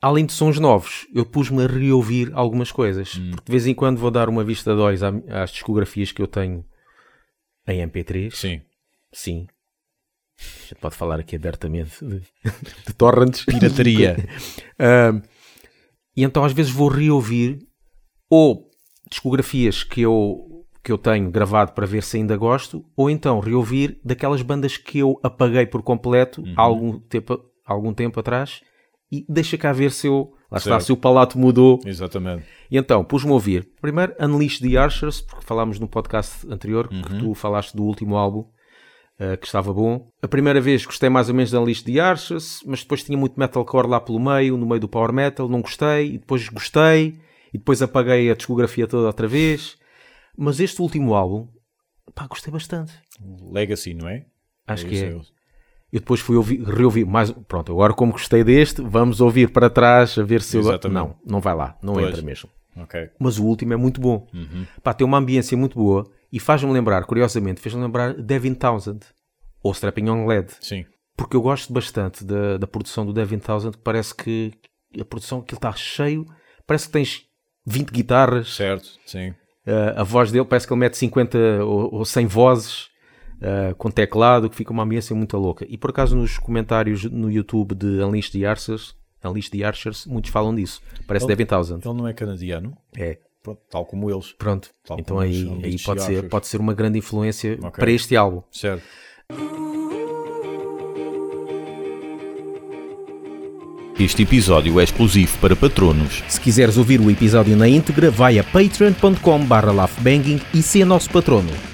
além de sons novos, eu pus-me a reouvir algumas coisas. Porque de vez em quando vou dar uma vista de olhos à- às discografias que eu tenho em MP3. Sim. Sim. A gente pode falar aqui abertamente de, de torrents. Pirataria. Ah, e então às vezes vou reouvir ou discografias que eu, que eu tenho gravado para ver se ainda gosto, ou então reouvir daquelas bandas que eu apaguei por completo há, algum tempo, há algum tempo atrás e deixa cá ver se eu. Lá está, Certo. se o palato mudou. Exatamente. E então, pus-me a ouvir. Primeiro, Unleash the Archers, porque falámos no podcast anterior Uhum. que tu falaste do último álbum, eh, que estava bom. A primeira vez gostei mais ou menos de Unleash the Archers, mas depois tinha muito metalcore lá pelo meio, no meio do power metal, não gostei, e depois gostei, e depois apaguei a discografia toda outra vez. Mas este último álbum, pá, gostei bastante. Legacy, não é? Acho É que isso, é. eu- E depois fui ouvir, reouvir mais. Pronto, agora como gostei deste, vamos ouvir para trás a ver se eu. Exatamente. Não, não vai lá, não Pois. entra mesmo Ok. mas o último é muito bom. Pá, tem uma ambiência muito boa e faz-me lembrar, curiosamente, fez-me lembrar Devin Townsend ou Strapping on Lead, Sim. porque eu gosto bastante da, da produção do Devin Townsend, que parece que a produção que ele está cheio, parece que tens 20 guitarras, Certo. Sim. ah, a voz dele parece que ele mete 50 ou, ou 100 vozes ah, com teclado, que fica uma ambiência muito louca. E por acaso nos comentários no YouTube de Unleashed the Archers, Unleashed the Archers, muitos falam disso. Parece Devin Townsend. Ele não é canadiano. É, Pronto, tal como eles. Pronto, Tal então como aí, os aí Unleashed pode, Archers. ser, pode ser uma grande influência Ok. para este álbum. Certo. Este episódio é exclusivo para patronos. Se quiseres ouvir o episódio na íntegra, vai a patreon.com/lafbanging e ser nosso patrono.